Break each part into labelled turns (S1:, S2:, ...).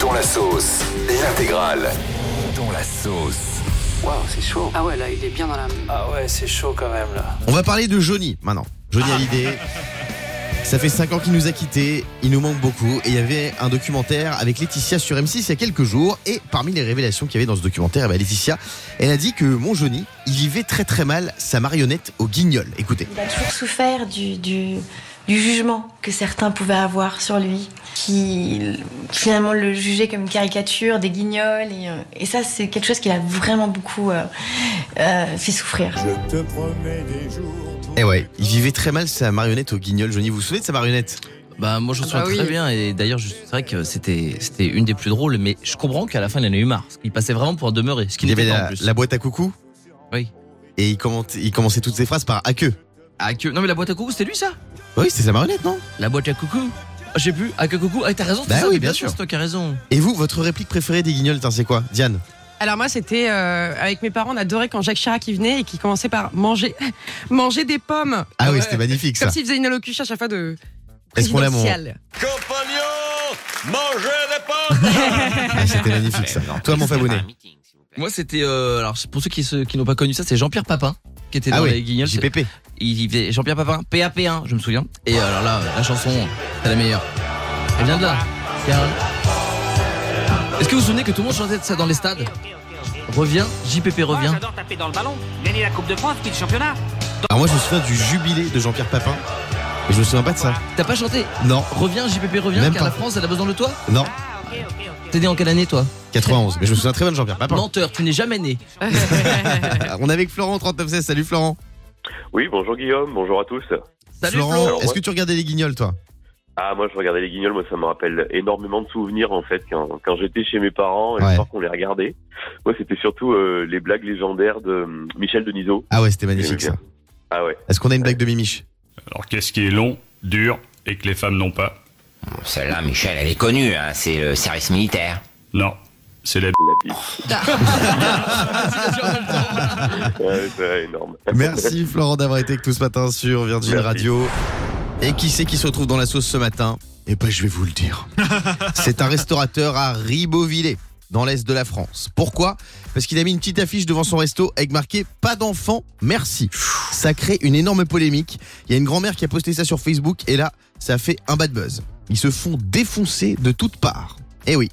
S1: Dont la sauce. L'intégrale.
S2: Dans la sauce.
S3: Waouh, c'est chaud.
S4: Ah ouais, là, il est bien dans la.
S3: Ah ouais, c'est chaud quand même là.
S5: On va parler de Johnny maintenant. Johnny Hallyday. Ça fait 5 ans qu'il nous a quittés, il nous manque beaucoup. Et il y avait un documentaire avec Laetitia sur M6 il y a quelques jours. Et parmi les révélations qu'il y avait dans ce documentaire, eh ben, Laetitia, elle a dit que mon Johnny, il vivait très très mal sa marionnette au guignol. Écoutez.
S6: Il a toujours souffert du, du, du jugement que certains pouvaient avoir sur lui, qui finalement le jugeaient comme une caricature des guignols. Et, euh, et ça, c'est quelque chose qui l'a vraiment beaucoup euh, euh, fait souffrir.
S5: Et Eh ouais, il vivait très mal sa marionnette au guignol. Johnny, vous vous souvenez de sa marionnette
S7: Bah moi je me
S4: Ah
S7: souviens
S4: bah oui.
S7: très bien et d'ailleurs je- c'est vrai que c'était c'était une des plus drôles mais je comprends qu'à la fin il en a eu marre. Parce qu'il passait vraiment pour demeurer. Ce qu'il
S5: Il avait
S7: n'était pas en
S5: la,
S7: plus.
S5: la boîte à coucou
S7: Oui.
S5: et il, commente- il commençait toutes ses phrases par à queue.
S7: Ah, que- Non mais la boîte à coucou c'était lui ça
S5: Oui, c'était sa marionnette, non
S7: La boîte à coucou. Ah, je sais plus. Ah que coucou. Ah t'as raison. c'est
S5: Bah
S7: ça,
S5: oui,
S7: mais
S5: bien sûr.
S7: C'est toi qui as raison.
S5: Et vous, votre réplique préférée des guignols, tiens, c'est quoi Diane
S8: Alors moi, c'était euh, avec mes parents, on adorait quand Jacques Chirac il venait et qui commençait par manger, manger des pommes.
S5: Ah oui,
S8: Euh,
S5: c'était magnifique ça.
S8: Comme s'il faisait une allocution à chaque fois de
S5: Est-ce qu'on l'aime, on-
S8: présidentielle.
S5: Ah, c'était magnifique ça. Toi, mon Fabonnet.
S7: Moi c'était euh, alors pour ceux qui se- qui n'ont pas connu ça c'est Jean-Pierre Papin qui était
S5: Ah
S7: dans les
S5: oui,
S7: Guignols.
S5: JPP.
S7: Il il faisait Jean-Pierre Papin PAP1 je me souviens. Et euh, alors là la chanson c'est la meilleure. Elle vient de là. Carole. Est-ce que vous vous souvenez que tout le monde chantait de ça dans les stades Reviens, JPP revient.
S9: Oh, J'adore taper dans le ballon, gagner la Coupe de France, puis le championnat.
S5: Alors moi, je me souviens du jubilé de Jean-Pierre Papin. Mais je me souviens pas de ça.
S7: T'as pas chanté
S5: Non,
S7: Reviens, JPP, reviens,
S5: Même
S7: car
S5: pas.
S7: la France, elle a besoin de toi.
S5: non,
S7: T'es né en quelle année, toi
S5: 91. Mais je me souviens très bien de Jean-Pierre Papin.
S7: Menteur, tu n'es jamais né.
S5: On est avec Florent 3916. Salut Florent.
S10: Oui, bonjour Guillaume, bonjour à tous.
S7: Salut,
S5: Florent,
S7: Flo.
S5: est-ce que tu regardais les guignols, toi
S10: Ah, moi je regardais les guignols, moi ça me rappelle énormément de souvenirs en fait quand, quand j'étais chez mes parents et le
S5: Ouais.
S10: soir qu'on les regardait. Moi c'était surtout euh, les blagues légendaires de euh, Michel Denisot.
S5: Ah ouais, c'était magnifique ça.
S10: Ah ouais.
S5: Est-ce qu'on a une blague de Mimiche
S11: Alors qu'est-ce qui est long, dur et que les femmes n'ont pas
S2: Celle-là, Michel, elle est connue, hein, c'est le service militaire.
S11: Non, c'est la b-
S10: La bite. Ouais, c'est énorme.
S5: Merci Florent d'avoir été avec nous ce matin sur Virgin
S10: Merci.
S5: Radio. Et qui c'est qui se retrouve dans la sauce ce matin Eh ben je vais vous le dire. C'est un restaurateur à Ribeauvillé, dans l'est de la France. Pourquoi Parce qu'il a mis une petite affiche devant son resto avec marqué Pas d'enfants, merci. Ça crée une énorme polémique. Il y a une grand-mère qui a posté ça sur Facebook et là, ça a fait un bad buzz. Ils se font défoncer de toutes parts. Eh oui.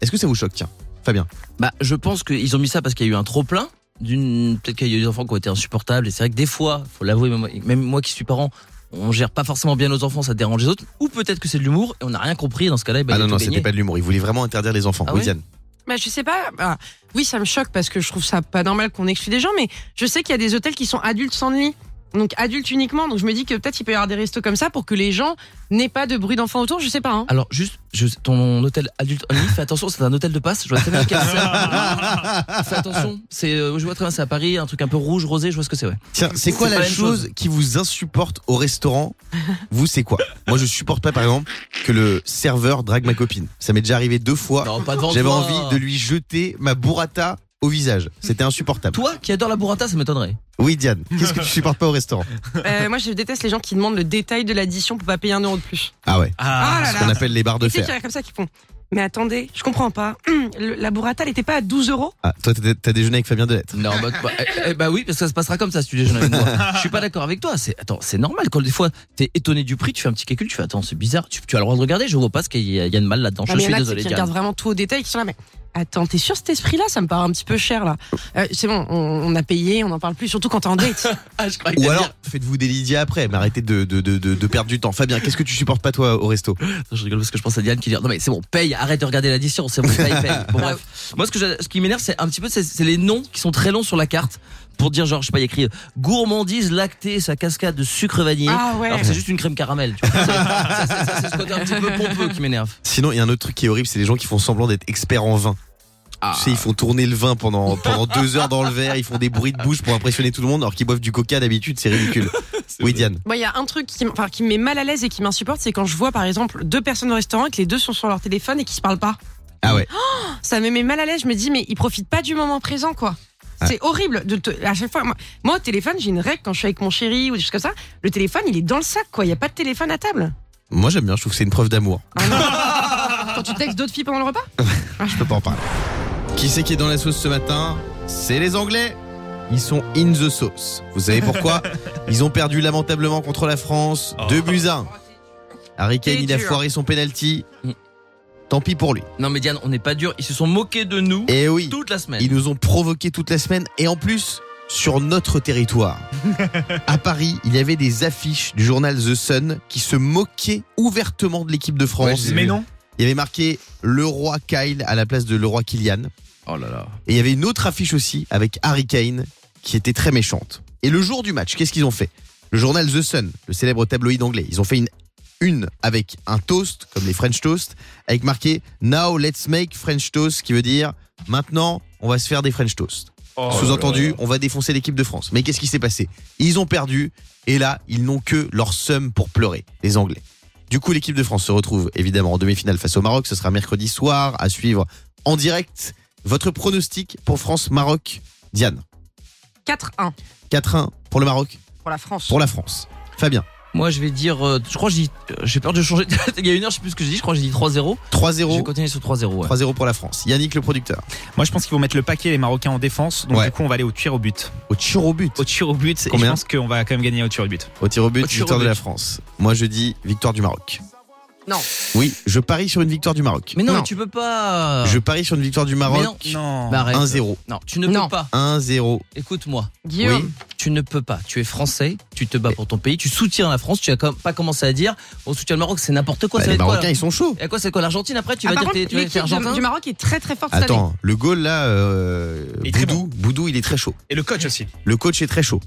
S5: Est-ce que ça vous choque Tiens, Fabien.
S7: Bah, je pense qu'ils ont mis ça parce qu'il y a eu un trop-plein. D'une... Peut-être qu'il y a eu des enfants qui ont été insupportables. Et c'est vrai que des fois, faut l'avouer, même moi- même moi qui suis parent, on gère pas forcément bien nos enfants, ça dérange les autres. Ou peut-être que c'est de l'humour et on n'a rien compris. Dans ce cas-là, eh ben,
S5: ah
S7: il a
S5: non,
S7: tout
S5: non,
S7: gagné.
S5: c'était pas de l'humour. Il voulait vraiment interdire les enfants.
S7: Ah
S5: Oui,
S7: oui
S5: Diane.
S8: Bah, je sais pas. ah, oui, ça me choque parce que je trouve ça pas normal qu'on exclue des gens, mais je sais qu'il y a des hôtels qui sont adultes sans nuit. Donc adultes uniquement. Donc je me dis que peut-être il peut y avoir des restos comme ça pour que les gens n'aient pas de bruit d'enfants autour. Je sais pas. hein.
S7: Alors, juste, je- ton hôtel adulte only, fais attention, c'est un hôtel de passe. Je vois très bien lequel c'est. Fais attention. C'est, euh, je vois très bien, c'est à Paris, un truc un peu rouge, rosé, je vois ce que c'est, ouais.
S5: Tiens, c'est quoi
S7: C'est
S5: la
S7: pas la même
S5: chose, qui vous insupporte au restaurant Vous, c'est quoi Moi, je supporte pas, par exemple, que le serveur drague ma copine. Ça m'est déjà arrivé deux fois.
S7: Non, pas devant
S5: Ah. J'avais
S7: toi.
S5: envie de lui jeter ma burrata au visage. C'était insupportable.
S7: Toi qui adore la burrata, ça m'étonnerait.
S5: Oui, Diane, qu'est-ce que tu supportes pas au restaurant
S8: Euh, moi, je déteste les gens qui demandent le détail de l'addition pour pas payer un euro de plus.
S5: Ah ouais,
S7: Oh
S8: Ah, là
S5: ce qu'on
S8: là.
S5: appelle les barres de
S8: Tu sais qu'il y
S5: fer.
S8: en a comme ça qui font. Mais attendez, je comprends pas. Le- la burrata, elle était pas à 12 euros
S5: Ah, toi, t'as- t'as déjeuné avec Fabien Delette.
S7: Non, bah, bah, eh, eh, bah oui, parce que ça se passera comme ça si tu déjeunes avec moi. Je suis pas d'accord avec toi. C'est, attends, c'est normal quand des fois t'es étonné du prix, tu fais un petit calcul, tu fais attends, c'est bizarre, tu, tu as le droit de regarder, je vois pas ce qu'il y a, il y a de mal là-dedans.
S8: Ah,
S7: je
S8: mais il y
S7: suis
S8: en a qui-
S7: désolé,
S8: qui
S7: Diane.
S8: regardent vraiment tout au détail, qui sont là, mais attends, t'es sûr cet esprit-là Ça me paraît un petit peu cher, là. Euh, c'est bon, on, on a payé, on en parle plus, surtout quand t'es en date.
S7: Ah, je croyais que
S5: Ou
S7: t'allais
S5: alors, faites-vous des Lydia après, mais arrêtez de, de, de, de- de perdre du temps. Fabien, qu'est-ce que tu supportes pas toi au resto
S7: dire- Je rigole parce que je pense à Diane qui dit non mais c'est bon, paye, arrête de regarder l'addition, c'est bon, paye, paye. Bon, bref. Moi, ce, que je- ce qui m'énerve, c'est un petit peu, c'est, c'est les noms qui sont très longs sur la carte pour dire genre, je sais pas, il y a écrit euh, gourmandise lactée, sa cascade de sucre vanillé.
S8: ah ouais.
S7: Alors que c'est juste une crème caramel. Tu vois. Ça, c'est- ça, c'est- ça, c'est ce côté un petit peu pompeux qui m'énerve.
S5: Sinon, il y a un autre truc qui est horrible, c'est les gens qui font semblant d'être experts en vin. Tu sais, ils font tourner le vin pendant, pendant deux heures dans le verre, ils font des bruits de bouche pour impressionner tout le monde, alors qu'ils boivent du coca d'habitude, c'est ridicule. oui, Diane.
S8: Moi, il y a un truc qui, m- enfin, qui me met mal à l'aise et qui m'insupporte, c'est quand je vois, par exemple, deux personnes au restaurant et que les deux sont sur leur téléphone et qu'ils se parlent pas.
S5: Ah ouais.
S8: Ça me met mal à l'aise, je me dis, mais ils profitent pas du moment présent, quoi. C'est horrible de te- à chaque fois. Moi, moi, au téléphone, j'ai une règle quand je suis avec mon chéri ou des choses comme ça. Le téléphone, il est dans le sac, quoi. Il y a pas de téléphone à table.
S5: Moi, j'aime bien, je trouve que c'est une preuve d'amour.
S8: quand tu textes d'autres filles pendant le repas
S5: Je peux pas en parler. Qui c'est qui est dans la sauce ce matin C'est les Anglais. Ils sont in the sauce. Vous savez pourquoi Ils ont perdu lamentablement contre la France. Deux buts à un. Harry Kane,
S8: T'es
S5: il a
S8: dur.
S5: foiré son penalty.
S7: Mm.
S5: Tant pis pour lui.
S7: Non mais Diane, on n'est pas dur. Ils se sont moqués de nous
S5: Et oui,
S7: toute la semaine.
S5: ils nous ont provoqué toute la semaine. Et en plus, sur notre territoire. à Paris, il y avait des affiches du journal The Sun qui se moquaient ouvertement de l'équipe de France.
S4: Mais non.
S5: Il y avait marqué le roi Kyle à la place de le roi Kylian.
S7: Oh là là.
S5: Et il y avait une autre affiche aussi avec Harry Kane qui était très méchante. Et le jour du match, qu'est-ce qu'ils ont fait Le journal The Sun, le célèbre tabloïd anglais, ils ont fait une une avec un toast, comme les French toast, avec marqué Now let's make French toast, qui veut dire maintenant on va se faire des French toast. Sous-entendu, on va défoncer l'équipe de France. Mais qu'est-ce qui s'est passé Ils ont perdu et là, ils n'ont que leur somme pour pleurer, les Anglais. Du coup, l'équipe de France se retrouve évidemment en demi-finale face au Maroc. Ce sera mercredi soir à suivre en direct. Votre pronostic pour France-Maroc, Diane
S8: 4-1
S5: 4-1 pour le Maroc,
S8: pour la France.
S5: pour la France. Fabien
S7: Moi je vais dire, euh, je crois que j'ai dit- euh, j'ai peur de changer. Il y a une heure, je sais plus ce que j'ai dit. Je crois que j'ai dit 3-0. Je vais
S5: 3-0.
S7: continuer sur 3-0. ouais.
S5: 3-0 pour la France. Yannick, le producteur.
S4: Moi, je pense qu'ils vont mettre le paquet les Marocains en défense. Donc
S5: Ouais.
S4: du coup, on va aller au tir au but.
S5: Au tir au but.
S4: Au tir au but. et
S5: Combien
S4: je pense qu'on va quand même gagner au tir au but.
S5: Au tir au but,
S7: Au tir au
S5: victoire de
S7: but.
S5: la France. Moi, je dis victoire du Maroc.
S8: Non.
S5: Oui, je parie sur une victoire du Maroc.
S7: Mais non, mais tu peux pas.
S5: Je parie sur une victoire du Maroc.
S7: Mais
S4: Non.
S7: Bah, arrête.
S5: 1-0.
S7: Non, tu ne
S8: Non.
S7: peux pas.
S5: 1-0.
S7: Écoute-moi,
S8: Guillaume.
S5: Bah,
S7: tu ne peux pas. Tu es français, tu te bats pour ton pays, tu soutiens la France. Tu as quand même pas commencé à dire on soutient le Maroc, c'est n'importe quoi.
S5: Bah,
S7: ça
S5: les
S7: va être quoi,
S5: Marocains,
S7: là
S5: ils sont chauds.
S7: Et à quoi c'est quoi l'Argentine après Tu
S8: Ah,
S7: vas
S8: par
S7: dire
S8: contre,
S7: t'es- tu vas être
S8: l'équipe
S7: argentin
S8: de- du Maroc est très très forte cette année.
S5: Attends, le goal là, euh,
S4: Il est très
S5: Boudou, Boudou, il est très chaud.
S4: Et le coach aussi.
S5: Le coach est très chaud.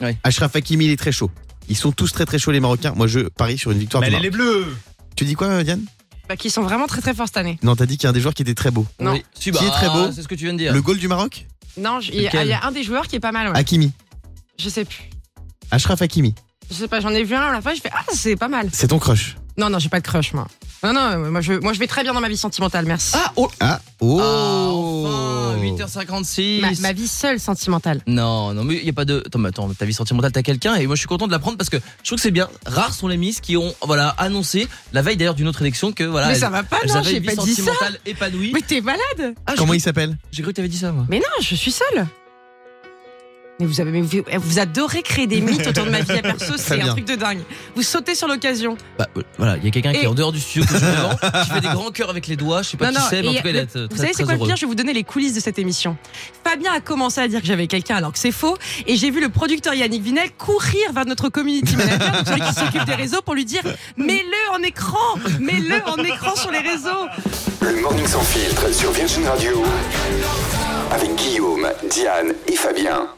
S7: Ouais.
S5: Ashraf Hakimi, il est très chaud. Ils sont tous très très chauds les Marocains. Moi, je parie sur une victoire
S4: Mais
S5: du
S4: allez,
S5: Maroc.
S4: les bleus.
S5: Tu dis quoi, Diane
S8: Bah, qui sont vraiment très très forts cette année.
S5: Non, t'as dit qu'il y a un des joueurs qui était très beau.
S8: Non.
S7: Oui. Si, bah,
S5: Qui est très beau
S7: C'est ce que tu viens de dire. Ah,
S5: Le goal du Maroc
S8: Non, je- il y, a-
S7: Lequel
S8: il y a un des joueurs qui est pas mal. Ouais.
S5: Hakimi.
S7: Ah.
S8: Je sais plus.
S5: Ashraf Hakimi.
S8: Je sais pas, j'en ai vu un la fois, je fais ah c'est pas mal.
S5: C'est ton crush.
S8: Non non, j'ai pas de crush moi. Non non, moi je moi je vais très bien dans ma vie sentimentale, merci.
S7: Ah, oh
S5: Ah, oh
S7: Ah, enfin, 8h56
S8: ma, ma vie seule sentimentale.
S7: Non, non, mais il n'y a pas de. Attends, mais attends, ta vie sentimentale, t'as quelqu'un et moi je suis content de l'apprendre parce que je trouve que c'est bien. Rares sont les miss qui ont voilà, annoncé, la veille d'ailleurs d'une autre élection, que voilà.
S8: mais
S7: elles-
S8: ça va pas
S7: elles
S8: non,
S7: avaient
S8: j'ai
S7: une
S8: pas
S7: vie
S8: dit ça.
S7: sentimentale épanouie.
S8: Mais t'es malade.
S7: Ah, j'ai
S5: Comment
S7: cru-
S5: il s'appelle
S7: J'ai cru que t'avais dit ça, moi.
S8: Mais non, je suis seule. Mais vous avez mais vous, vous adorez créer des mythes autour de ma vie à perso, c'est
S5: bien.
S8: un truc de dingue. Vous sautez sur l'occasion.
S7: Bah, euh, voilà, il y a quelqu'un qui
S8: Et-
S7: est en dehors du studio que je me vends, qui fait des grands cœurs avec les doigts, je sais pas
S8: Non,
S7: qui
S8: non,
S7: c'est, mais en
S8: et
S7: tout cas, il
S8: le-
S7: est très,
S8: vous savez,
S7: très
S8: c'est quoi le
S7: heureux.
S8: pire Je vais vous donner les coulisses de cette émission. Fabien a commencé à dire que j'avais quelqu'un alors que c'est faux. Et j'ai vu le producteur Yannick Vinel courir vers notre community manager, donc celui qui s'occupe des réseaux, pour lui dire Mets-le en écran Mets-le en écran sur les réseaux
S1: Le Morning Sans Filtre sur Virgin Radio. Avec Guillaume, Diane et Fabien.